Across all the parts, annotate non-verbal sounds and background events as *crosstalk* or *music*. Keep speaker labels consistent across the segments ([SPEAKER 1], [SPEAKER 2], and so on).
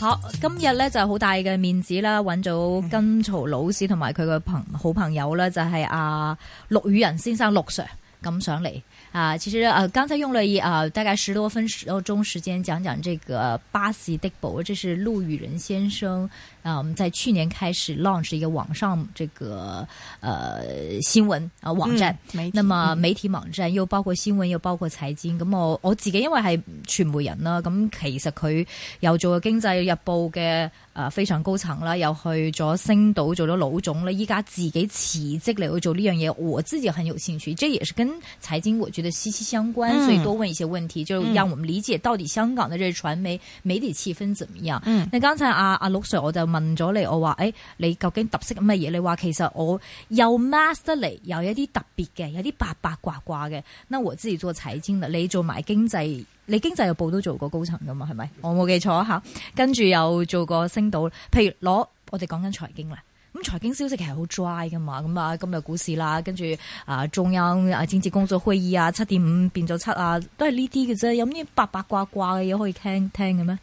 [SPEAKER 1] 好，今日咧就好大嘅面子啦，揾咗金曹老師同埋佢嘅朋好朋友啦，就係阿陸羽仁先生陸 Sir 咁上嚟啊。其實呃，剛才用了一啊大概十多分鐘時間講講這個巴士的報，這是陸羽仁先生啊、嗯，在去年開始 launch 一個網上這個呃新聞啊網站。
[SPEAKER 2] 嗯、
[SPEAKER 1] 那麼媒體網站又包括新聞，又包括財經。咁我我自己因為係傳媒人啦，咁其實佢又做經濟日報嘅誒非常高層啦，又去咗星島做咗老總啦，依家自己辭職嚟去做呢樣嘢，我自己很有興趣，這也是跟財經我覺得息息相關，
[SPEAKER 2] 嗯
[SPEAKER 1] 所以多問一些問題，就讓我們理解到底香港的這傳媒媒體氣氛怎麼樣。
[SPEAKER 2] 嗯
[SPEAKER 1] 你剛才阿阿陸 Sir 我就問咗你，我話誒、哎你究竟特色乜嘢？你話其實我又 mask 得嚟，又有啲特別嘅，有啲八八卦卦嘅。嗱，我自己做財經啦，你做埋經濟，你經濟日報都做過高層噶嘛？係咪？我冇記錯嚇。跟住又做過星島，譬如攞我哋講緊財經啦。咁財經消息其實好 dry 噶嘛，咁啊今日股市啦，跟住啊中央啊政治工作會議啊七點五變咗七啊，都係呢啲嘅啫，有咩八八卦卦嘅嘢可以聽聽嘅咩？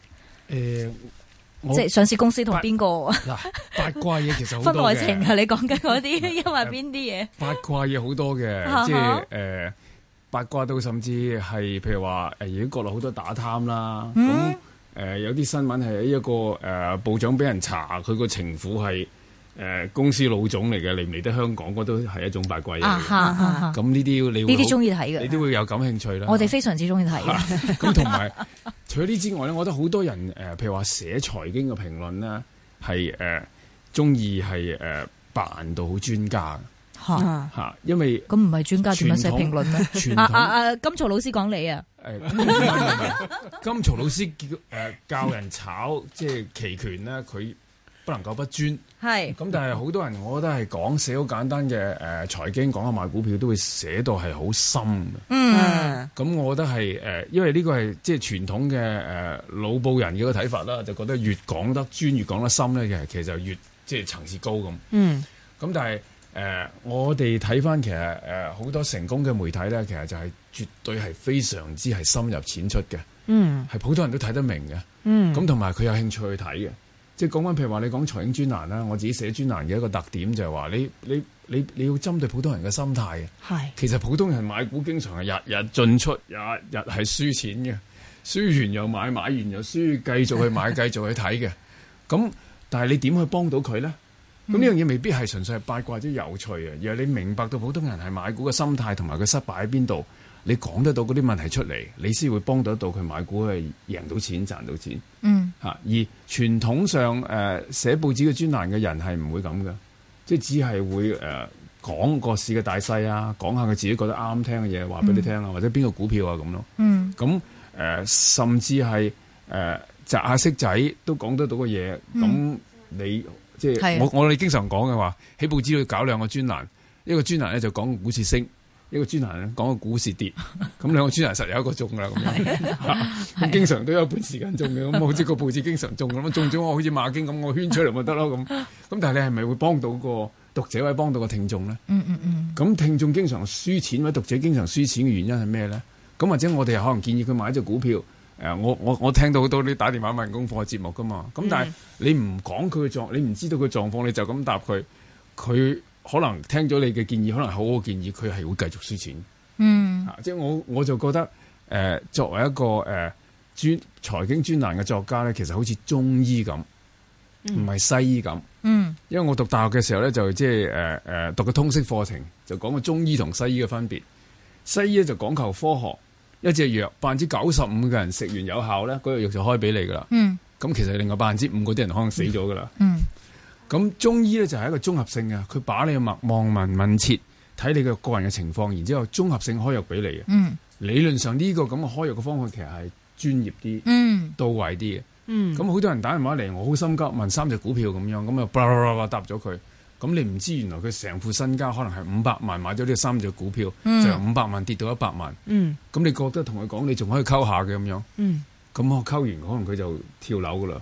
[SPEAKER 3] 誒、呃我
[SPEAKER 1] 即係上市公司同邊個？
[SPEAKER 3] 嗱八卦嘢其實好
[SPEAKER 1] 婚
[SPEAKER 3] 多
[SPEAKER 1] 外情啊！
[SPEAKER 3] 嘅，
[SPEAKER 1] 你講緊嗰
[SPEAKER 3] *laughs*
[SPEAKER 1] 啲，因為邊啲嘢？
[SPEAKER 3] 八卦嘢好多嘅，
[SPEAKER 1] *laughs* 哈哈
[SPEAKER 3] 即係誒、呃八卦到甚至係譬如話誒，而家國內好多打貪啦，
[SPEAKER 1] 嗯
[SPEAKER 3] 咁誒、呃有啲新聞係哎一個誒、部長俾人查，佢個情婦係誒公司老總嚟嘅，嚟唔嚟得香港嗰都係一種八 *laughs* 卦嘢嚟
[SPEAKER 1] 啊
[SPEAKER 3] 嘅。
[SPEAKER 1] 哈啊哈！
[SPEAKER 3] 咁呢啲你
[SPEAKER 1] 呢啲中
[SPEAKER 3] 意，
[SPEAKER 1] 意睇
[SPEAKER 3] 你
[SPEAKER 1] 嘅，
[SPEAKER 3] 都會有感興趣啦。
[SPEAKER 1] 我哋非常之中意睇嘅。
[SPEAKER 3] 咁同埋 *laughs* 除咗呢之外咧，我覺得好多人誒、呃譬如話寫財經嘅評論咧，係誒中意係誒扮到好專家
[SPEAKER 1] *laughs* 嚇
[SPEAKER 2] 啊，
[SPEAKER 3] 嚇、因為
[SPEAKER 1] 咁唔係專家點樣寫評論咧？
[SPEAKER 3] 傳
[SPEAKER 1] 啊啊
[SPEAKER 3] 統
[SPEAKER 1] 啊！金曹老師講你啊，
[SPEAKER 3] 誒唔係唔係唔係 *laughs* 金曹老師叫誒、呃教人炒即係期權咧，佢不能夠不專。
[SPEAKER 1] 係
[SPEAKER 3] 咁但係好多人，我覺得係講寫好簡單嘅誒、呃、財經，講下賣股票都會寫到係好深嘅。
[SPEAKER 1] 嗯
[SPEAKER 3] 咁我覺得係誒、呃因為呢個係即係傳統嘅誒、呃老布人嘅一個睇法啦，就覺得越講得專，越講得深咧，其實其實就越即係層次高咁。
[SPEAKER 2] 嗯
[SPEAKER 3] 咁但係誒、呃我哋睇翻其實誒好、多成功嘅媒體咧，其實就係絕對係非常之係深入淺出嘅，
[SPEAKER 2] 嗯
[SPEAKER 3] 係普通人都睇得明嘅。
[SPEAKER 2] 嗯，
[SPEAKER 3] 咁同埋佢有興趣去睇嘅。即係講緊譬如話你講財經專欄啦，我自己寫專欄嘅一個特點就係話你你你你要針對普通人嘅心態嘅。
[SPEAKER 2] 係
[SPEAKER 3] 其實普通人買股經常係日日進出，日日係輸錢嘅，輸完又買，買完又輸，繼續去買，繼續去睇嘅。咁但係你點去幫到佢呢？咁呢樣嘢未必係純粹係八卦啫，有趣啊！而係你明白到普通人係買股嘅心態同埋佢失敗喺邊度，你講得到嗰啲問題出嚟，你先會幫得到佢買股係贏到錢、賺到錢
[SPEAKER 1] 嗯
[SPEAKER 3] 嚇。啊而傳統上誒、呃、寫報紙嘅專欄嘅人係唔會咁嘅。即係只係會誒、呃、講個市嘅大勢啊，講下佢自己覺得啱聽嘅嘢，話俾你聽啊，或者邊個股票啊咁咯。
[SPEAKER 1] 嗯
[SPEAKER 3] 咁誒、呃甚至係誒擲下色仔都講得到嘅嘢，咁、你即
[SPEAKER 1] 係
[SPEAKER 3] 係我我哋經常講嘅話，喺報紙要搞兩個專欄，一個專欄咧就講股市升。一個專欄咧講個股市跌，咁兩個專欄實有一個中㗎啦，咁 *laughs* 樣咁經常都有一半時間中嘅，咁好似個報紙經常中咁，中咗我好似馬經咁，我圈出嚟咪得咯咁。咁但係你係咪會幫到個讀者或者幫到個聽眾咧？
[SPEAKER 1] 嗯嗯嗯
[SPEAKER 3] 咁聽眾經常輸錢或者讀者經常輸錢嘅原因係咩咧？咁或者我哋可能建議佢買一隻股票。誒、我我我聽到好多啲打電話問功課嘅節目噶嘛。咁但係你唔講佢嘅狀，你唔知道佢狀況，你就咁答佢，佢可能聽咗你嘅建議，可能好好嘅建議，佢係會繼續輸錢。
[SPEAKER 1] 嗯
[SPEAKER 3] 啊，即係我我就覺得誒、呃作為一個誒、呃、專財經專欄嘅作家咧，其實好似中醫咁，唔係西醫咁。
[SPEAKER 1] 嗯
[SPEAKER 3] 因為我讀大學嘅時候咧，就即呃係誒誒讀個通識課程，就講個中醫同西醫嘅分別。西醫咧就講求科學，一隻藥百分之九十五嘅人食完有效咧，嗰隻藥就開俾你噶啦。
[SPEAKER 1] 嗯
[SPEAKER 3] 咁其實另外百分之五嗰啲人可能死咗噶啦。
[SPEAKER 1] 嗯
[SPEAKER 3] 咁中醫咧就係一個綜合性嘅，佢把你嘅脈望聞問切，睇你嘅個人嘅情況，然之後綜合性開藥俾你嘅。
[SPEAKER 1] 嗯
[SPEAKER 3] 理論上呢個咁嘅開藥嘅方向其實係專業啲、
[SPEAKER 1] 嗯
[SPEAKER 3] 到位啲嘅。
[SPEAKER 2] 嗯
[SPEAKER 3] 咁好多人打電話嚟，我好心急問三隻股票咁樣，咁啊巴拉巴拉答咗佢。咁你唔知原來佢成副身家可能係五百萬買咗呢三隻股票，
[SPEAKER 1] 嗯
[SPEAKER 3] 就由五百萬跌到一百萬。
[SPEAKER 2] 嗯
[SPEAKER 3] 咁你覺得同佢講你仲可以溝下嘅咁樣，
[SPEAKER 2] 嗯
[SPEAKER 3] 咁我溝完可能佢就跳樓噶啦。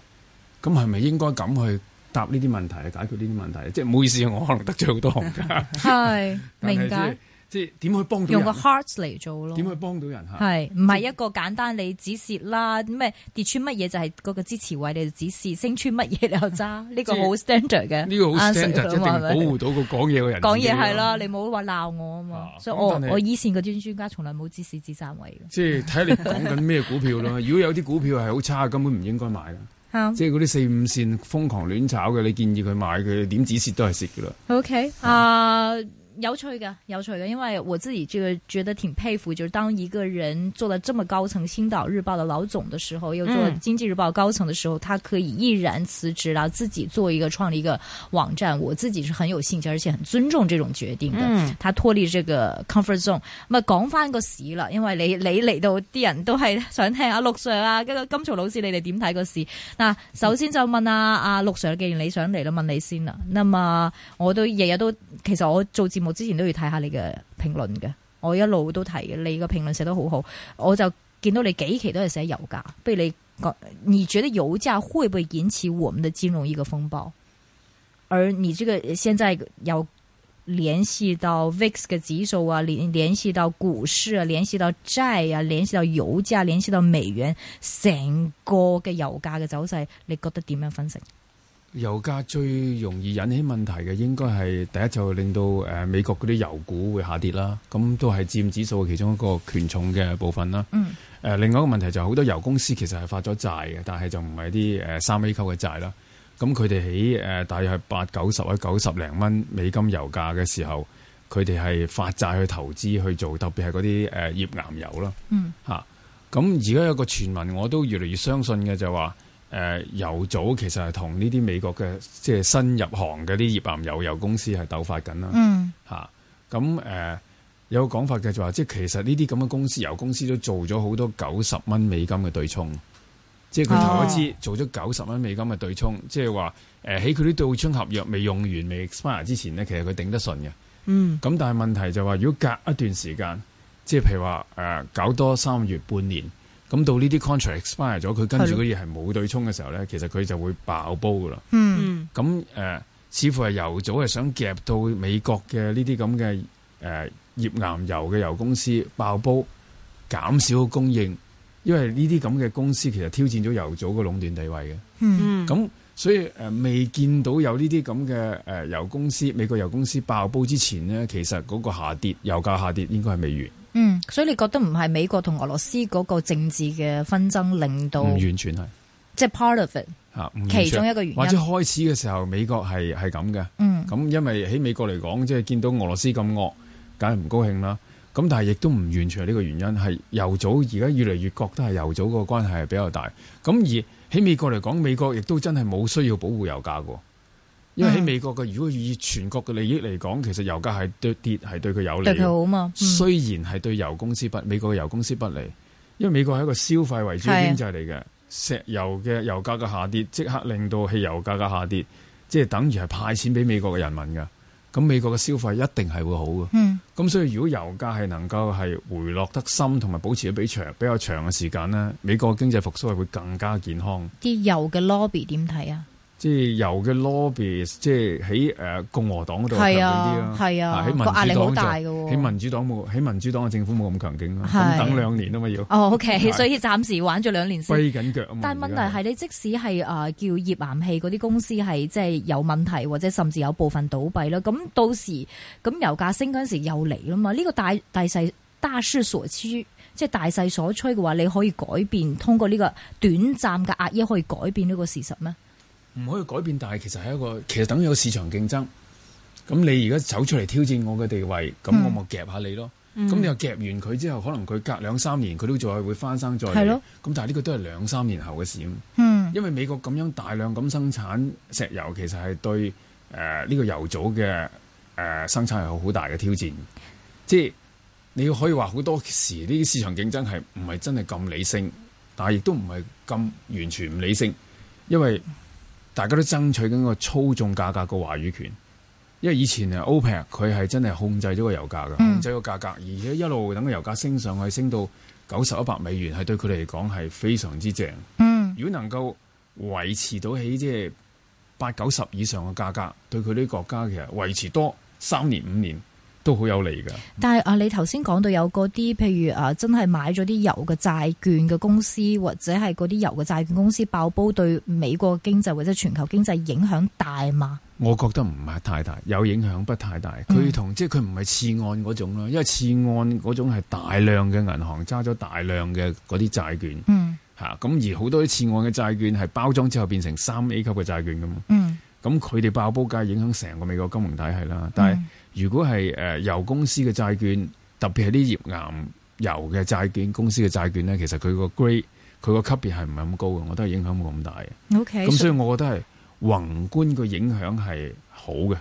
[SPEAKER 3] 咁係咪應該咁去答呢啲問題，解決呢啲問題？即係唔好意思，我可能得罪好多行家，
[SPEAKER 1] 係
[SPEAKER 3] 但係
[SPEAKER 1] 明
[SPEAKER 3] 即係
[SPEAKER 1] 解，
[SPEAKER 3] 即係點去幫到
[SPEAKER 1] 用個
[SPEAKER 3] 人？
[SPEAKER 1] hearts 嚟做咯。
[SPEAKER 3] 點去幫到人嚇？
[SPEAKER 1] 係唔係一個簡單你止蝕啦？咩跌穿乜嘢就係嗰個支持位你就止蝕，升穿乜嘢你就
[SPEAKER 3] *laughs*
[SPEAKER 1] 揸，呢個好 standard 嘅。
[SPEAKER 3] 呢個好
[SPEAKER 1] answer
[SPEAKER 3] standard，一
[SPEAKER 1] 㗎
[SPEAKER 3] 定
[SPEAKER 1] 嘛係咪
[SPEAKER 3] 保護到個講嘢嘅人。
[SPEAKER 1] 講嘢係。啦，你冇話鬧我啊嘛
[SPEAKER 3] 啊，
[SPEAKER 1] 所以
[SPEAKER 3] 咁
[SPEAKER 1] 我
[SPEAKER 3] 但係
[SPEAKER 1] 我以前嗰啲專家從來冇指示指站位嘅，
[SPEAKER 3] 即係睇下你講緊咩股票啦。如果有啲股票係好差，根本唔應該買嘅。
[SPEAKER 1] 嚇
[SPEAKER 3] 即係嗰啲四五線瘋狂亂炒嘅，你建議佢買佢點止蝕都係蝕嘅啦。
[SPEAKER 1] OK 啊、有趣嘅，有趣嘅，因為我自己這個覺得挺佩服，就是當一個人做到這麼高層，星島日報的老總的時候，又做
[SPEAKER 3] 嗯
[SPEAKER 1] 經濟日報高層的時候，他可以毅然辭職，然後自己做一個創立一個網站，我自己是很有興趣，而且很尊重這種決定的。
[SPEAKER 2] 嗯
[SPEAKER 1] 他脱離這個 comfort zone，咁啊講翻個市啦，因為你你嚟到啲人都係想聽阿陸 Sir 啊，跟住金曹老師你哋點睇個市？嗱，首先就問阿阿陸 Sir，既然你想嚟啦，問你先啦。咁啊，我都日日都，其實我做節目之前都要睇下你嘅評論嘅，我一路都睇嘅，你個評論寫得好好，我就見到你幾期都係寫油價，不如你講，你覺得油價會不會引起我們的金融一個風暴？而你這個現在有聯繫到 VIX 嘅指數啊，聯聯繫到股市啊，聯繫到債啊，聯繫到油價，聯繫到美元，成個嘅油價嘅走勢，你覺得點樣分析？
[SPEAKER 3] 油價最容易引起問題嘅，應該係第一就令到誒、呃美國嗰啲油股會下跌啦，咁都係佔指數嘅其中一個權重嘅部分啦。
[SPEAKER 1] 嗯
[SPEAKER 3] 誒、另外一個問題就係好多油公司其實係發咗債嘅，但係就唔係啲誒三 A 級嘅債啦。咁佢哋喺誒大約係八九十或者九十零蚊美金油價嘅時候，佢哋係發債去投資去做，特別係嗰啲誒頁岩油啦。
[SPEAKER 1] 嗯
[SPEAKER 3] 嚇。咁而家有個傳聞，我都越嚟越相信嘅就係話，誒、油組其實係同呢啲美國嘅即係新入行嘅啲頁岩油油公司係鬥法緊啦。
[SPEAKER 1] 嗯
[SPEAKER 3] 嚇。咁、誒、有個講法嘅就話，即係其實呢啲咁嘅公司油公司都做咗好多九十蚊美金嘅對沖，即係佢投一支做咗九十蚊美金嘅對沖，即係話誒喺佢啲對沖合約未用完未 expire 之前呢，其實佢頂得順嘅。
[SPEAKER 2] 嗯
[SPEAKER 3] 咁但係問題就話，如果隔一段時間，即係譬如話誒、呃搞多三個月半年，咁到呢啲 contract expire 咗，佢跟
[SPEAKER 1] 係
[SPEAKER 3] 住
[SPEAKER 1] 咯
[SPEAKER 3] 嗰啲嘢係冇對沖嘅時候咧，其實佢就會爆煲噶啦。
[SPEAKER 1] 嗯
[SPEAKER 2] 嗯
[SPEAKER 3] 咁誒、呃似乎係油組係想夾到美國嘅呢啲咁嘅誒頁岩油嘅油公司爆煲，減少供應，因為呢啲咁嘅公司其實挑戰咗油組嘅壟斷地位嘅。
[SPEAKER 1] 嗯
[SPEAKER 2] 嗯
[SPEAKER 3] 咁所以誒、呃未見到有呢啲咁嘅誒油公司美國油公司爆煲之前呢，其實嗰個下跌油價下跌應該係未
[SPEAKER 1] 嗯，所以你覺得唔係美國同俄羅斯嗰個政治嘅紛爭令到
[SPEAKER 3] 完，唔，完全係
[SPEAKER 1] 即係 part of it
[SPEAKER 3] 嚇，唔完全
[SPEAKER 1] 其中一個原
[SPEAKER 3] 或者
[SPEAKER 1] 因。
[SPEAKER 3] 開始嘅時候美國係係咁嘅，
[SPEAKER 1] 嗯
[SPEAKER 3] 咁因為喺美國嚟講，即係見到俄羅斯咁惡，梗係唔高興啦。咁但係亦都唔完全係呢個原因，係油組而家越嚟越覺得係油組個關係係比較大。咁而喺美國嚟講，美國亦都真係冇需要保護油價嘅，因為喺
[SPEAKER 1] 嗯
[SPEAKER 3] 美國嘅如果以全國嘅利益嚟講，其實油價係對跌係對佢有利
[SPEAKER 1] 對佢
[SPEAKER 3] 嘅。
[SPEAKER 1] 好嘛？嗯
[SPEAKER 3] 雖然係對油公司不美國嘅油公司不利，因為美國係一個消費為主嘅經濟嚟嘅，石油嘅油價嘅下跌，即刻令到汽油價嘅下跌，即係等於係派錢俾美國嘅人民㗎。咁美國嘅消費一定係會好嘅。
[SPEAKER 1] 嗯
[SPEAKER 3] 咁所以如果油價係能夠係回落得深，同埋保持得比長比較長嘅時間呢，美國嘅經濟復甦係會更加健康。
[SPEAKER 1] 啲油嘅 lobby 點睇啊？
[SPEAKER 3] 即係油嘅 lobby，即係喺誒共和黨嗰度強勁
[SPEAKER 1] 係
[SPEAKER 3] 啲啦
[SPEAKER 1] 啊。係啊
[SPEAKER 3] 喺，民
[SPEAKER 1] 個壓力好
[SPEAKER 3] 主黨就
[SPEAKER 1] 大嘅喎。
[SPEAKER 3] 喺民主黨冇，喺民主黨嘅政府冇咁強勁啦。
[SPEAKER 1] 係
[SPEAKER 3] 咁等兩年啊嘛，要
[SPEAKER 1] 哦，OK，
[SPEAKER 3] 係
[SPEAKER 1] 所以暫時玩咗兩年先。
[SPEAKER 3] 跛緊腳啊嘛。
[SPEAKER 1] 但係問題
[SPEAKER 3] 而家
[SPEAKER 1] 係你即使係誒、呃叫頁岩氣嗰啲公司係即係有問題，或者甚至有部分倒閉啦，咁到時咁油價升嗰陣時又嚟啦嘛，呢、個大大勢大勢所趨。即係大勢所趨嘅話，你可以改變，通過呢個短暫嘅壓抑可以改變呢個事實咩？
[SPEAKER 3] 唔可以改變，但係其實係一個其實等於有市場競爭。咁你而家走出嚟挑戰我嘅地位，
[SPEAKER 1] 嗯
[SPEAKER 3] 咁我咪夾下你咯。咁
[SPEAKER 2] 嗯
[SPEAKER 3] 你又夾完佢之後，可能佢隔兩三年佢都再會翻生再
[SPEAKER 1] 係
[SPEAKER 3] 嚟。咁
[SPEAKER 1] 咯
[SPEAKER 3] 但係呢個都係兩三年後嘅事啊嘛。
[SPEAKER 1] 嗯
[SPEAKER 3] 因為美國咁樣大量咁生產石油，其實係對誒呃呢個油組嘅誒生產係有好大嘅挑戰。即係你可以話好多時呢啲市場競爭係唔係真係咁理性，但係亦都唔係咁完全唔理性，因為大家都爭取緊個操縱價格個話語權。因為以前誒 OPEC 佢係真係控制咗個油價㗎，
[SPEAKER 1] 嗯
[SPEAKER 3] 控制個價格，而且一路等個油價升上去，升到九十一百美元，係對佢哋嚟講係非常之正。
[SPEAKER 1] 嗯
[SPEAKER 3] 如果能夠維持到喺即係八九十以上嘅價格，對佢啲國家其實維持多三年五年，都好有利㗎。
[SPEAKER 1] 但係啊，你頭先講到有嗰啲，譬如啊，真係買咗啲油嘅債券嘅公司，或者係嗰啲油嘅債券公司爆煲，對美國經濟或者全球經濟影響大嘛？
[SPEAKER 3] 我覺得唔係太大，有影響不太大。佢同、即係佢唔係次按嗰種啦，因為次按嗰種係大量嘅銀行揸咗大量嘅嗰啲債券
[SPEAKER 1] 嗯
[SPEAKER 3] 嚇，咁、而好多啲次按嘅債券係包裝之後變成三 A 級嘅債券咁。
[SPEAKER 1] 嗯，
[SPEAKER 3] 咁佢哋爆煲梗係影響成個美國金融體系啦。但係如果係誒、呃油公司嘅債券，特別係啲頁岩油嘅債券公司嘅債券咧，其實佢個 grade 佢個級別係唔係咁高嘅，我覺得影響冇咁大嘅。
[SPEAKER 1] 嗯 OK，
[SPEAKER 3] 咁所以我覺得係宏觀個影響係好嘅，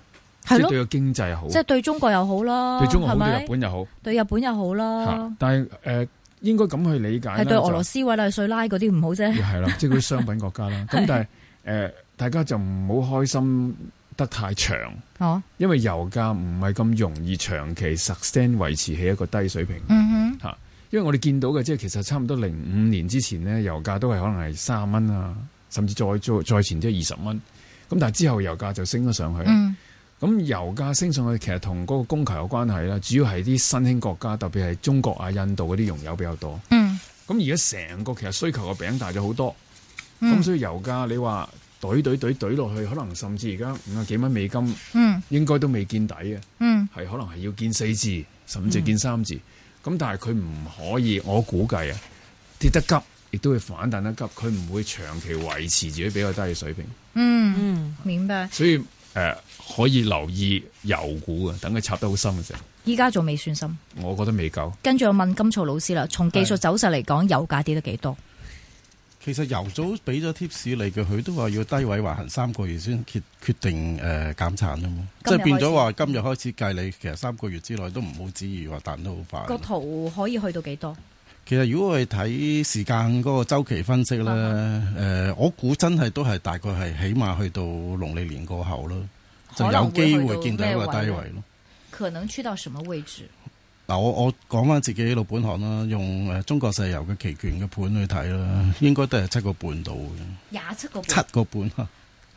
[SPEAKER 1] 係
[SPEAKER 3] 即係
[SPEAKER 1] 咯
[SPEAKER 3] 對，個經濟係好，
[SPEAKER 1] 即係對中國又好啦，
[SPEAKER 3] 對中國好，
[SPEAKER 1] 係咪
[SPEAKER 3] 對日本又好
[SPEAKER 1] 對日本又好啦
[SPEAKER 3] 嚇，。但係誒應該咁去理解啦。
[SPEAKER 1] 係對俄
[SPEAKER 3] 就
[SPEAKER 1] 羅斯委內瑞拉嗰啲唔好啫。
[SPEAKER 3] 係
[SPEAKER 1] *laughs*
[SPEAKER 3] 啦，即係嗰啲商品國家啦。咁但係誒、呃大家就唔好開心得太長。
[SPEAKER 1] 哦，
[SPEAKER 3] 因為油價唔係咁容易長期 sustain 維持喺一個低水平，啊
[SPEAKER 1] 嗯哼，
[SPEAKER 3] 因為我哋見到嘅即係其實差唔多零五年之前呢，油價都係可能係三蚊啊，甚至再再再前即係二十蚊。咁但係之後油價就升咗上去，咁、
[SPEAKER 1] 嗯
[SPEAKER 3] 油價升上去其實同嗰個供求有關係啦，主要係啲新興國家，特別係中國啊、印度嗰啲用油比較多。
[SPEAKER 1] 嗯
[SPEAKER 3] 咁而家成個其實需求個餅大咗好多，咁
[SPEAKER 1] 嗯
[SPEAKER 3] 所以油價你話懟懟懟懟落去，可能甚至而家五啊幾蚊美金
[SPEAKER 1] 嗯
[SPEAKER 3] 應該都未見底啊嘅。
[SPEAKER 1] 嗯
[SPEAKER 3] 係可能係要見四字，甚至見三字。咁、但係佢唔可以，我估計啊，跌得急，亦都會反彈得急，佢唔會長期維持自己比較低嘅水平。
[SPEAKER 1] 嗯，
[SPEAKER 2] 嗯，
[SPEAKER 1] 明白。
[SPEAKER 3] 所以誒、呃可以留意油股啊，等佢插得好深嘅時候，
[SPEAKER 1] 依家仲未算深，
[SPEAKER 3] 我覺得未夠。
[SPEAKER 1] 跟住我問金曹老師啦，從技術
[SPEAKER 3] 係
[SPEAKER 1] 走勢嚟講，油價跌得幾多？
[SPEAKER 2] 其實油早俾咗 tips 你嘅，佢都話要低位橫行三個月先決決定誒、呃、減產啊嘛，即
[SPEAKER 1] 今日
[SPEAKER 2] 係變咗話今日開始計你，其實三個月之內都唔好指意話彈得好快。
[SPEAKER 1] 個圖可以去到幾多？
[SPEAKER 2] 其實如果我哋睇時間嗰個週期分析咧，誒、
[SPEAKER 1] 嗯
[SPEAKER 2] 我估真係都係大概係起碼去到農曆年過後咯，就
[SPEAKER 1] 可
[SPEAKER 2] 有
[SPEAKER 1] 能
[SPEAKER 2] 機
[SPEAKER 1] 會
[SPEAKER 2] 會
[SPEAKER 1] 去
[SPEAKER 2] 見到一個
[SPEAKER 1] 咩啊
[SPEAKER 2] 低
[SPEAKER 1] 呢
[SPEAKER 2] 位咯。
[SPEAKER 1] 可能去到什麼位置？
[SPEAKER 2] 嗱，我我講翻自己老本行啦，用誒中國石油嘅期權嘅盤去睇啦，應該都係七個半到嘅，
[SPEAKER 1] 廿七個半，
[SPEAKER 2] 七個半嚇，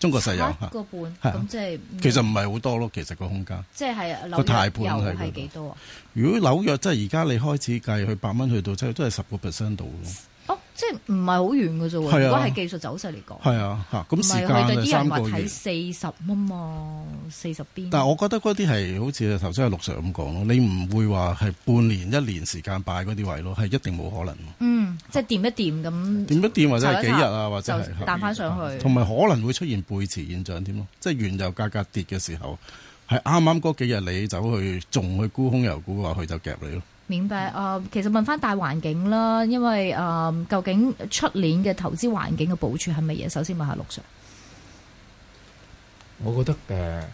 [SPEAKER 2] 中國石油
[SPEAKER 1] 七
[SPEAKER 2] 嚇，
[SPEAKER 1] 個半，
[SPEAKER 2] 係啊
[SPEAKER 1] 咁即係嗯
[SPEAKER 2] 其實唔係好多咯，其實個空間。
[SPEAKER 1] 即係
[SPEAKER 2] 個貸
[SPEAKER 1] 紐約
[SPEAKER 2] 盤
[SPEAKER 1] 又
[SPEAKER 2] 係嗰
[SPEAKER 1] 係
[SPEAKER 2] 度
[SPEAKER 1] 幾多啊？
[SPEAKER 2] 如果紐約即係而家你開始計，去八蚊去到即係都係十個 percent 到咯。
[SPEAKER 1] 哦，即係唔係好遠嘅啫喎？
[SPEAKER 2] 係啊
[SPEAKER 1] 如果係技術走勢嚟講，
[SPEAKER 2] 係啊，嚇
[SPEAKER 1] 哦唔
[SPEAKER 2] 咁時
[SPEAKER 1] 係
[SPEAKER 2] 間
[SPEAKER 1] 佢哋
[SPEAKER 2] 係
[SPEAKER 1] 啲人
[SPEAKER 2] 三
[SPEAKER 1] 話
[SPEAKER 2] 個
[SPEAKER 1] 睇
[SPEAKER 2] 月。
[SPEAKER 1] 四十啊嘛，四十邊。
[SPEAKER 2] 但係我覺得嗰啲係好似頭先阿陸 Sir 咁講咯，你唔會話係半年一年時間擺嗰啲位咯，係一定冇可能咯。
[SPEAKER 1] 嗯，即係掂一掂咁。
[SPEAKER 2] 點一掂或者係幾日
[SPEAKER 1] 查
[SPEAKER 2] 啊，或者
[SPEAKER 1] 嗯就
[SPEAKER 2] 係
[SPEAKER 1] 彈返上去
[SPEAKER 2] 同埋可能會出現背馳現象添咯，即係原油價格跌嘅時候，係啱啱嗰幾日你走去仲去沽空油股嘅話，佢就夾你咯。
[SPEAKER 1] 明白啊、其實問翻大環境啦，因為啊、究竟出年嘅投資環境嘅部署係乜嘢？首先問下陸 Sir。
[SPEAKER 3] 我覺得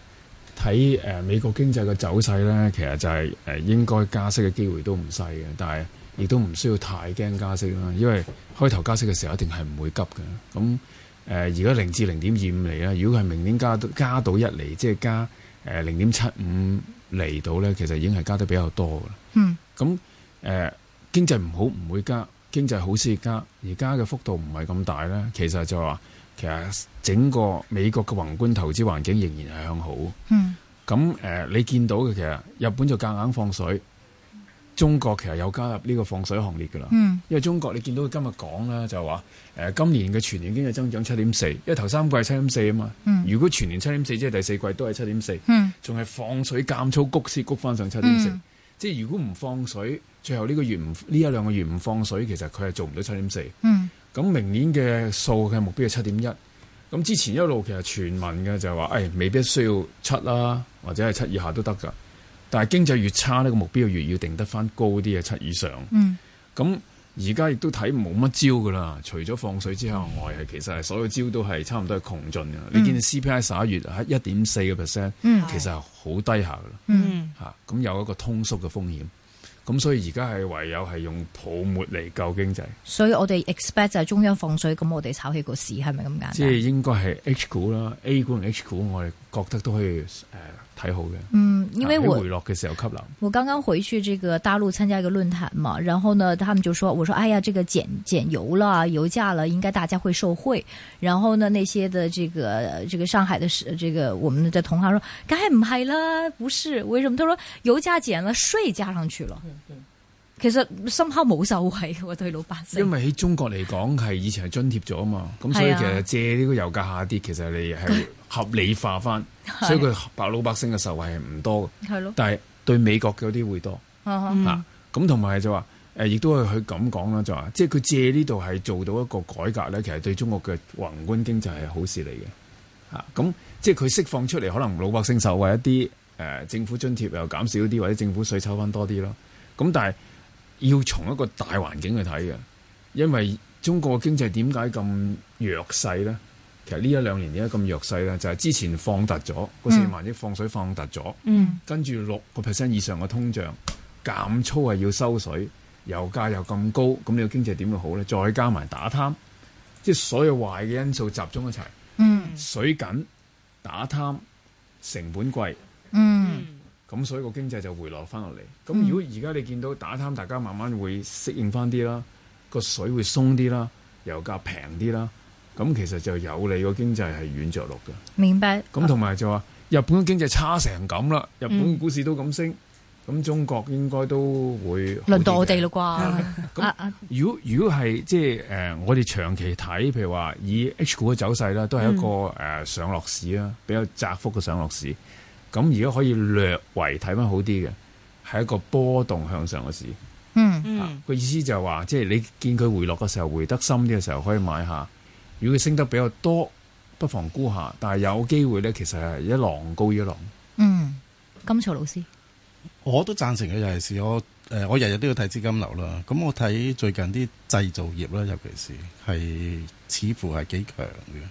[SPEAKER 3] 誒睇誒美國經濟嘅走勢咧，其實就係、誒、應該加息嘅機會都唔細嘅，但係亦都唔需要太驚加息啦，因為開頭加息嘅時候一定係唔會急嘅。咁誒呃而家零至零點二五厘啦，如果係明年加到加到一厘，即係加誒零點七五厘到咧，其實已經係加得比較多嘅啦。
[SPEAKER 1] 嗯
[SPEAKER 3] 咁誒、呃、經濟唔好唔會加，經濟好先加。而家嘅幅度唔係咁大咧，其實就話其實整個美國嘅宏觀投資環境仍然係向好。
[SPEAKER 1] 嗯
[SPEAKER 3] 咁誒、呃你見到嘅其實日本就夾硬放水，中國其實有加入呢個放水行列㗎啦。
[SPEAKER 1] 嗯
[SPEAKER 3] 因為中國你見到佢今日講啦，就話誒、呃今年嘅全年經濟增長七點四，因為頭三季係七點四啊嘛。
[SPEAKER 1] 嗯
[SPEAKER 3] 如果全年七點四，即係第四季都係七點四，
[SPEAKER 1] 嗯
[SPEAKER 3] 仲係放水減粗谷先谷翻上七點四
[SPEAKER 1] 嗯。
[SPEAKER 3] 即係如果唔放水，最後呢個月唔呢一兩個月唔放水，其實佢係做唔到七點四。
[SPEAKER 1] 嗯
[SPEAKER 3] 咁明年嘅數嘅目標係七點一。咁之前一路其實傳聞嘅就係話，誒、哎未必需要七啦，或者係七以下都得㗎。但係經濟越差呢個目標越要定得翻高啲嘅七以上。
[SPEAKER 1] 嗯
[SPEAKER 3] 咁而家亦都睇冇乜招㗎啦，除咗放水之後外，係其實係所有招都係差唔多係窮盡㗎。你見 CPI 十一月喺一點四個 percent，
[SPEAKER 1] 嗯
[SPEAKER 3] 其實係好低下㗎啦。
[SPEAKER 1] 嗯
[SPEAKER 3] 嚇，咁有一個通縮嘅風險。咁所以而家係唯有係用泡沫嚟救經濟，
[SPEAKER 1] 所以我哋 expect 就係中央放水，咁我哋炒起個市係咪咁簡單？
[SPEAKER 3] 即係應該係 H 股啦、A 股同 H 股，我哋覺得都可以誒睇、好嘅。
[SPEAKER 1] 嗯，因为
[SPEAKER 3] 啊喺
[SPEAKER 1] 我
[SPEAKER 3] 回落嘅時候吸納，
[SPEAKER 1] 我刚刚回去这个大陆参加一个论坛嘛，然后呢，他们就说，我说，哎呀，这个减减油了，油价了，应该大家会受惠。然后呢，那些的这个这个上海的是这个我们的同行说，梗系唔系啦，不是，为什么？他说油价减了，税加上去了。其實深刻冇受惠喎，對老百姓
[SPEAKER 3] 因。為喺中國嚟講係以前係津貼咗啊嘛，咁所以
[SPEAKER 1] 係啊
[SPEAKER 3] 其實借呢個油價下跌，其實你
[SPEAKER 1] *laughs*
[SPEAKER 3] 係合理化翻，所以佢白老百姓嘅受惠係唔多嘅，
[SPEAKER 1] 係咯，
[SPEAKER 3] 但係對美國嗰啲會多。
[SPEAKER 1] 嗯
[SPEAKER 3] 啊，咁同埋就話誒，亦都係佢咁講啦，就話即係佢借呢度係做到一個改革咧，其實對中國嘅宏觀經濟係好事嚟嘅嚇。咁、即係佢釋放出嚟，可能老百姓受惠一啲誒、政府津貼又減少啲，或者政府税抽翻多啲咯。咁但係要從一個大環境去睇嘅，因為中國嘅經濟點解咁弱勢咧？其實呢一兩年點解咁弱勢咧？就係、之前放突咗，嗰四萬億放水放突咗。
[SPEAKER 4] 嗯
[SPEAKER 3] 跟住六個 percent 以上嘅通脹，減粗係要收水，油價又咁高，咁你個經濟點會好咧？再加埋打貪，即係所有壞嘅因素集中一齊，
[SPEAKER 4] 嗯
[SPEAKER 3] 水緊、打貪、成本貴，
[SPEAKER 1] 嗯
[SPEAKER 4] 嗯
[SPEAKER 3] 咁所以個經濟就回落翻落嚟。咁如果而家你見到打貪，大家慢慢會適應翻啲啦，個水會鬆啲啦，油價平啲啦，咁其實就有利個經濟係軟着陸嘅。
[SPEAKER 1] 明白。
[SPEAKER 3] 咁同埋就話日本經濟差成咁啦，日本
[SPEAKER 1] 嗯
[SPEAKER 3] 股市都咁升，咁、中國應該都會好啲嘅
[SPEAKER 1] 輪到我哋啦。啩？
[SPEAKER 3] 咁
[SPEAKER 1] 啊啊，
[SPEAKER 3] 如果如果係即係誒、呃我哋長期睇，譬如話以 H 股嘅走勢啦，都係一個誒、
[SPEAKER 1] 嗯
[SPEAKER 3] 呃上落市啦，比較窄幅嘅上落市。咁而家可以略為睇翻好啲嘅，係一個波動向上嘅市。
[SPEAKER 1] 嗯
[SPEAKER 4] 嗯
[SPEAKER 3] 個意思就係話，即係你見佢回落嘅時候，回得深啲嘅時候可以買下。如果佢升得比較多，不妨沽下。但係有機會咧，其實係一浪高於一浪。
[SPEAKER 1] 嗯，金曹老師，
[SPEAKER 2] 我都贊成嘅，尤其是我誒、呃我日日都要睇資金流啦。咁我睇最近啲製造業啦，尤其是係似乎係幾強嘅。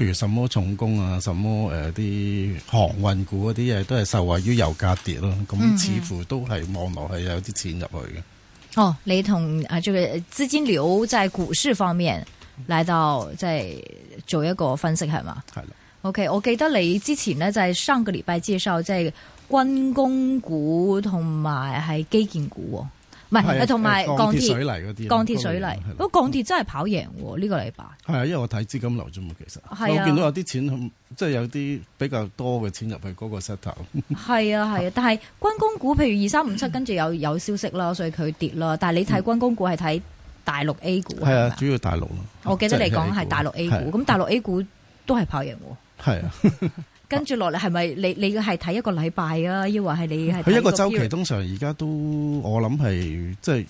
[SPEAKER 2] 譬如什麼重工啊，什麼誒啲、航運股嗰啲嘢，都係受惠於油價跌咯。
[SPEAKER 1] 嗯
[SPEAKER 2] 咁似乎都係望落係有啲錢入去嘅。
[SPEAKER 1] 哦，你同啊，这个資金流在股市方面嚟到即係做一個分析係嘛
[SPEAKER 2] 係啦，
[SPEAKER 1] ？OK，我記得你之前呢，就係上個禮拜介紹即係軍工股同埋係基建股喎，唔係呃
[SPEAKER 2] 係
[SPEAKER 1] 同埋
[SPEAKER 2] 誒
[SPEAKER 1] 鋼
[SPEAKER 2] 鐵水
[SPEAKER 1] 鐵
[SPEAKER 2] 泥嗰啲啦，
[SPEAKER 1] 鋼鐵水泥哦
[SPEAKER 2] 係啦，
[SPEAKER 1] 不過鋼鐵真係跑贏喎呢個禮拜。
[SPEAKER 2] 係啊，因為我睇資金流啫嘛，其實
[SPEAKER 1] 係啊
[SPEAKER 2] 我見到有啲錢，即係有啲比較多嘅錢入去嗰個 set 頭。
[SPEAKER 1] 係啊係啊，但係軍工股譬如二三五七跟住有有消息啦，所以佢跌啦。但係你睇軍工股係睇大陸 A 股
[SPEAKER 2] 嗯係
[SPEAKER 1] 係
[SPEAKER 2] 啊，
[SPEAKER 1] 咪
[SPEAKER 2] 主要大陸咯。
[SPEAKER 1] 我記得你講
[SPEAKER 2] 即
[SPEAKER 1] 係大陸 A 股，咁大陸 A 股都係跑贏喎。
[SPEAKER 2] 係啊。
[SPEAKER 1] 跟住落嚟係咪你你係睇一個禮拜啊？抑或係你係睇
[SPEAKER 2] 嗯佢一個周期
[SPEAKER 1] period？
[SPEAKER 2] 通常而家都我諗係即係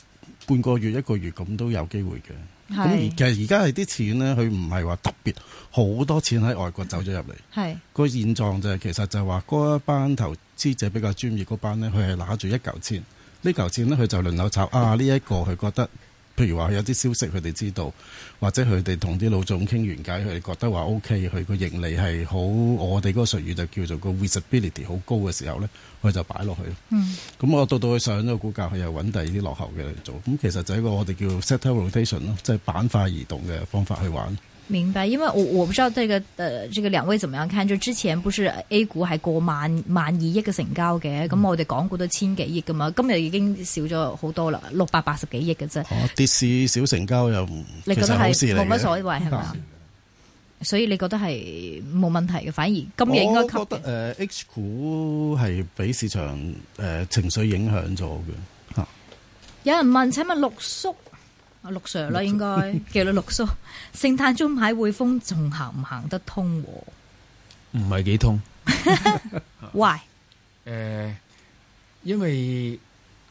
[SPEAKER 2] 半個月一個月咁都有機會嘅。咁而
[SPEAKER 1] 係
[SPEAKER 2] 其實而家係啲錢咧，佢唔係話特別好多錢喺外國走咗入嚟。
[SPEAKER 1] 係
[SPEAKER 2] 個現狀就係、其實就係話嗰一班投資者比較專業嗰班咧，佢係拿住一嚿錢，呢嚿錢咧佢就輪流炒啊呢一、個佢覺得。譬如話有啲消息佢哋知道，或者佢哋同啲老總傾完偈，佢哋覺得話 O K，佢個盈利係好，我哋嗰個術語就叫做個 visibility 好高嘅時候咧，佢就擺落去。
[SPEAKER 1] 嗯
[SPEAKER 2] 咁我到到佢上咗個股價，佢又揾第二啲落後嘅嚟做。咁其實就係一個我哋叫 sector rotation 咯，即係板塊移動嘅方法去玩。
[SPEAKER 1] 明白，因為我我不知道這個呃這個兩位怎麼樣看，就之前不是呃 A 股係過萬萬二億嘅成交嘅，
[SPEAKER 2] 嗯
[SPEAKER 1] 咁我哋港股都千幾億噶嘛，今日已經少咗好多啦，六百八十幾億嘅啫。
[SPEAKER 2] 哦，跌市小成交又唔
[SPEAKER 1] 你覺得
[SPEAKER 2] 其實
[SPEAKER 1] 係
[SPEAKER 2] 好事嚟
[SPEAKER 1] 冇乜
[SPEAKER 2] 嘅
[SPEAKER 1] 所謂係嘛？所以你覺得係冇問題嘅，反而今日應該
[SPEAKER 2] 我
[SPEAKER 1] 吸
[SPEAKER 2] 覺
[SPEAKER 1] 嘅
[SPEAKER 2] 得誒、呃 H 股係俾市場誒、呃情緒影響咗嘅嚇。
[SPEAKER 1] 有人問：請問陸叔、啊陸 Sir 啦，應該叫你陸叔。聖誕中買匯豐仲行唔行得通
[SPEAKER 3] 唔係幾通。
[SPEAKER 1] ？Why？
[SPEAKER 3] 誒、呃因為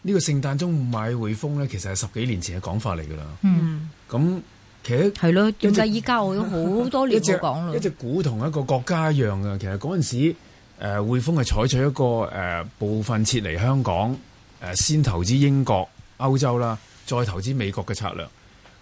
[SPEAKER 3] 呢個聖誕鐘買匯豐咧，其實係十幾年前嘅講法嚟㗎啦。
[SPEAKER 1] 嗯，
[SPEAKER 4] 嗯
[SPEAKER 3] 咁其實
[SPEAKER 1] 係咯。點解依家我都好多
[SPEAKER 3] 一
[SPEAKER 1] 年
[SPEAKER 3] 隻
[SPEAKER 1] 冇講啦
[SPEAKER 3] 一？隻股同一個國家一樣嘅，其實嗰陣時誒、呃、匯豐係採取一個誒、呃部分撤離香港，誒、呃先投資英國、歐洲啦，再投資美國嘅策略。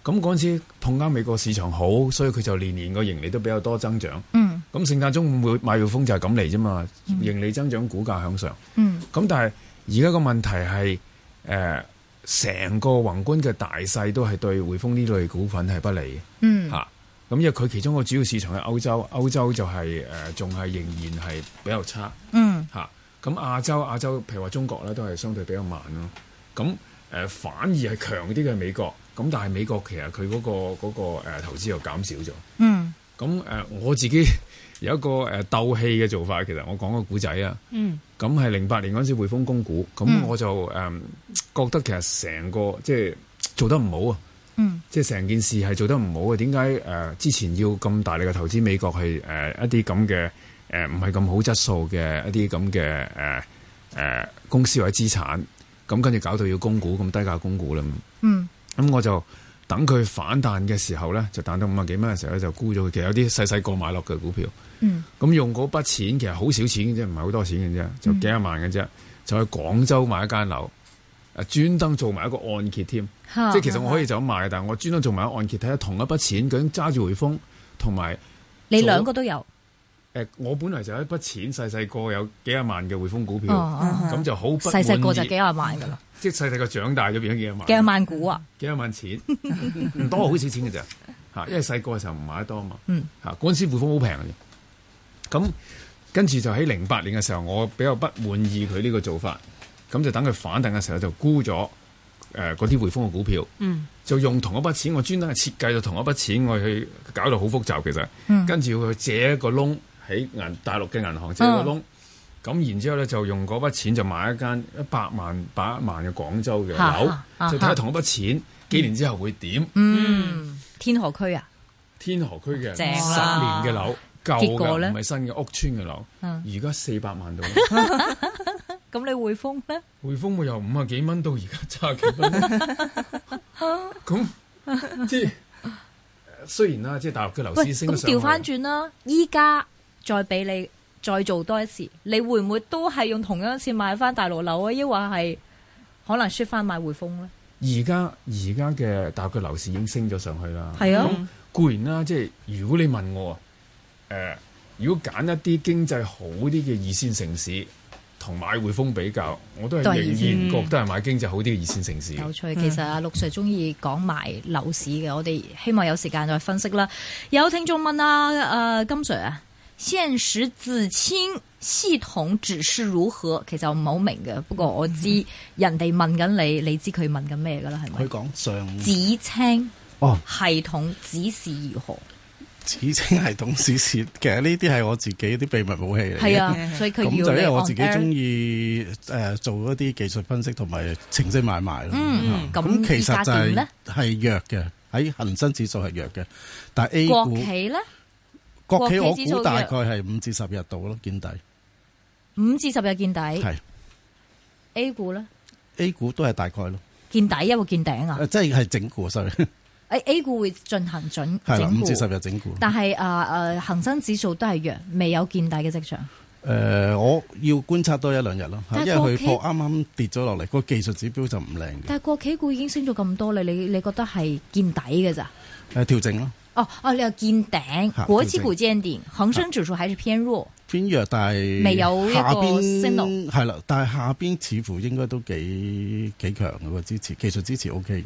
[SPEAKER 3] 咁嗰陣時碰啱美國市場好，所以佢就年年個盈利都比較多增長。
[SPEAKER 1] 嗯
[SPEAKER 3] 咁聖誕中會買匯豐就係咁嚟啫嘛，盈利增長，股價向上。
[SPEAKER 1] 嗯
[SPEAKER 3] 咁但係而家個問題係呃誒成個宏觀嘅大勢都係對匯豐呢類股份係不利嘅。
[SPEAKER 1] 嗯
[SPEAKER 3] 嚇。咁因為佢其中個主要市場係歐洲，歐洲就係誒仲係仍然係比較差
[SPEAKER 1] 嗯
[SPEAKER 3] 嚇。咁亞洲亞洲譬如話中國咧都係相對比較慢咯。咁誒、呃反而係強啲嘅美國，咁但係美國其實佢嗰、個嗰、個、呃、投資又減少咗。
[SPEAKER 1] 嗯
[SPEAKER 3] 咁誒、呃我自己有一個誒鬥氣嘅做法，其實我講個古仔啊。
[SPEAKER 4] 嗯
[SPEAKER 3] 咁係零八年嗰陣時匯豐供股，
[SPEAKER 1] 嗯
[SPEAKER 3] 咁我就誒、嗯覺得其實成個即係做得唔好啊，
[SPEAKER 1] 嗯
[SPEAKER 3] 即係成件事係做得唔好啊。點解誒之前要咁大力嘅投資美國係誒、呃一啲咁嘅誒唔係咁好質素嘅一啲咁嘅誒誒公司或者資產，咁跟住搞到要供股咁低價供股啦。
[SPEAKER 1] 嗯
[SPEAKER 3] 咁我就等佢反彈嘅時候咧，就彈到五啊幾蚊嘅時候咧，就沽咗佢。其實有啲細細個買落嘅股票。
[SPEAKER 1] 嗯
[SPEAKER 3] 咁用嗰筆錢其實好少錢嘅啫，唔係好多錢嘅啫，就
[SPEAKER 1] 嗯
[SPEAKER 3] 幾廿萬嘅啫，就去廣州買一間樓，誒專登做埋一個按揭添，
[SPEAKER 1] 嚇
[SPEAKER 3] 即係其實我
[SPEAKER 1] 啊
[SPEAKER 3] 可以就咁買，但係我專登做埋一個按揭，睇下同一筆錢究竟揸住匯豐同埋
[SPEAKER 1] 你兩個都有
[SPEAKER 3] 誒，我本來就有一筆錢細細個有幾廿萬嘅匯豐股
[SPEAKER 1] 哦
[SPEAKER 3] 票，
[SPEAKER 1] 哦，
[SPEAKER 3] 咁就好不
[SPEAKER 1] 細細個就
[SPEAKER 3] 滿意
[SPEAKER 1] 幾廿萬噶啦，
[SPEAKER 3] 即係細細個長大咗變咗幾廿萬，
[SPEAKER 1] 幾廿萬股啊，
[SPEAKER 3] 幾廿萬錢， *laughs* 唔多好少
[SPEAKER 1] *laughs*
[SPEAKER 3] 錢嘅咋嚇，因為細個嘅時候唔買得多嘛
[SPEAKER 1] 嗯
[SPEAKER 3] 嚇，嗰陣時匯豐好平嘅啫。咁跟住就喺零八年嘅時候，我比較不滿意佢呢個做法，咁就等佢反彈嘅時候就沽咗誒嗰啲匯豐嘅股票，
[SPEAKER 4] 嗯
[SPEAKER 3] 就用同一筆錢，我專登係設計咗同一筆錢，我去搞到好複雜其實，
[SPEAKER 1] 嗯
[SPEAKER 3] 跟住要去借一個窿喺銀大陸嘅銀行借一
[SPEAKER 1] 嗯
[SPEAKER 3] 個窿。咁然之後咧，就用嗰筆錢就買一間一百萬、百一萬嘅廣州嘅
[SPEAKER 1] 嚇
[SPEAKER 3] 樓
[SPEAKER 1] 嚇，嚇
[SPEAKER 3] 就睇下同一筆錢幾年之後會點。
[SPEAKER 1] 嗯，天河區啊，
[SPEAKER 3] 天河區嘅
[SPEAKER 1] 嗯
[SPEAKER 3] 十
[SPEAKER 1] 正
[SPEAKER 3] 年
[SPEAKER 1] 啦
[SPEAKER 3] 嘅樓，舊
[SPEAKER 1] 結果咧
[SPEAKER 3] 嘅唔係新嘅屋村嘅樓，
[SPEAKER 1] 嗯
[SPEAKER 3] 而家四
[SPEAKER 1] *laughs*
[SPEAKER 3] 百萬度啦，
[SPEAKER 1] 咁你匯豐咧，
[SPEAKER 3] 匯豐會由五啊幾蚊到而家揸幾蚊，
[SPEAKER 1] *laughs*
[SPEAKER 3] 咁即係呃雖然啦，即係大陸嘅樓
[SPEAKER 1] 喂，
[SPEAKER 3] 市升
[SPEAKER 1] 咁
[SPEAKER 3] 咗上去
[SPEAKER 1] 調翻轉啦，依家再俾你再做多一次，你會唔會都係用同樣嘅錢買翻大陸樓啊？抑或係可能 shift 翻買匯豐咧？
[SPEAKER 3] 而家而家嘅大陸嘅樓市已經升咗上去啦。
[SPEAKER 1] 係啊，
[SPEAKER 4] 嗯
[SPEAKER 3] 固然啦，即係如果你問我，誒、啊嗯如果揀一啲經濟好啲嘅二線城市同買匯豐比較，我都
[SPEAKER 1] 都係
[SPEAKER 3] 係仍
[SPEAKER 1] 二嗯
[SPEAKER 4] 線
[SPEAKER 3] 然覺得係買經濟好啲嘅二線城市。
[SPEAKER 1] 有趣，其實阿陸 Sir 中意講埋樓市嘅，我哋希望有時間再分析啦。有聽眾問啊，誒、金 Sir 啊，現時自清系統指示如何？其實我唔係好明嘅，不過我知人哋問緊你，你知佢問緊咩㗎啦，係
[SPEAKER 2] 佢
[SPEAKER 1] 咪？
[SPEAKER 2] 講上
[SPEAKER 1] 指清
[SPEAKER 2] 哦，
[SPEAKER 1] 系統指示如何？
[SPEAKER 2] 指稱系董事事，其實呢啲係我自己啲秘密武器嚟嘅。
[SPEAKER 1] 係啊，
[SPEAKER 4] 嗯
[SPEAKER 1] 所以佢
[SPEAKER 2] 咁
[SPEAKER 1] 要
[SPEAKER 2] 就因
[SPEAKER 1] 你
[SPEAKER 2] 為我
[SPEAKER 1] on
[SPEAKER 2] 自己
[SPEAKER 1] air
[SPEAKER 2] 中意誒做一啲技術分析同埋程式買賣咯。
[SPEAKER 1] 嗯，
[SPEAKER 2] 咁、
[SPEAKER 1] 咁
[SPEAKER 2] 其
[SPEAKER 1] 依家
[SPEAKER 2] 實就
[SPEAKER 1] 點
[SPEAKER 2] 係
[SPEAKER 1] 咧？
[SPEAKER 2] 係弱嘅，喺恒生指數係弱嘅，但係 A
[SPEAKER 1] 國
[SPEAKER 2] 股
[SPEAKER 1] 企咧
[SPEAKER 2] 國企
[SPEAKER 1] 國
[SPEAKER 2] 我
[SPEAKER 1] 企指數
[SPEAKER 2] 估大概係五至十日度咯，見底
[SPEAKER 1] 五至十日見底
[SPEAKER 2] 係
[SPEAKER 1] ，A 股咧
[SPEAKER 2] A 股都係大概咯，
[SPEAKER 1] 見底有冇見頂啊？
[SPEAKER 2] 誒即係係整固，sorry，
[SPEAKER 1] 誒 A 股會進行準
[SPEAKER 2] 係啦，
[SPEAKER 1] 整
[SPEAKER 2] 五
[SPEAKER 1] 固
[SPEAKER 2] 至，十日整固。
[SPEAKER 1] 但係誒誒恒生指數都係弱，未有見底嘅跡象。
[SPEAKER 2] 誒、呃我要觀察多一兩日咯，
[SPEAKER 1] 但係
[SPEAKER 2] 因為
[SPEAKER 1] 國
[SPEAKER 2] 佢
[SPEAKER 1] 企
[SPEAKER 2] 破啱啱跌咗落嚟，個技術指標就唔靚嘅，
[SPEAKER 1] 但係國企股已經升咗咁多啦，你你覺得係見底嘅咋？
[SPEAKER 2] 誒調整咯，
[SPEAKER 1] 哦哦，你又見頂，
[SPEAKER 2] 嚇
[SPEAKER 1] 國企股見頂，恒生指數還是偏弱。
[SPEAKER 2] 偏弱，但係
[SPEAKER 1] 未有一個
[SPEAKER 2] 下邊
[SPEAKER 1] signal
[SPEAKER 2] 係啦，但係下邊似乎應該都幾幾強嘅喎支持，技術支持 O K 嘅。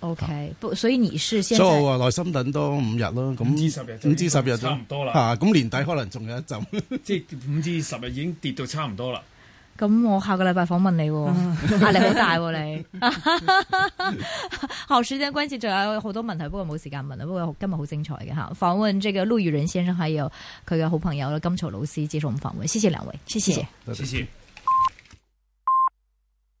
[SPEAKER 1] OK，不，所以你是現
[SPEAKER 2] 所以
[SPEAKER 1] 在
[SPEAKER 2] 我話耐心等多五日咯，咁
[SPEAKER 3] 五至十日就
[SPEAKER 2] 五至十日
[SPEAKER 3] 差唔多啦
[SPEAKER 2] 嚇咁年底可能仲有一
[SPEAKER 3] *laughs*
[SPEAKER 2] 陣。
[SPEAKER 3] 即係五至十日已經跌到差唔多啦。
[SPEAKER 1] 咁，我下個禮拜訪問你喎，壓力好大喎你。好，時間關係，仲有好多問題，不過冇時間問啦。不過今日好精彩嘅嚇，訪問這個陸羽仁先生，還有佢嘅好朋友啦，金曹老師接受我們訪問，謝謝兩位，謝謝
[SPEAKER 3] 謝謝。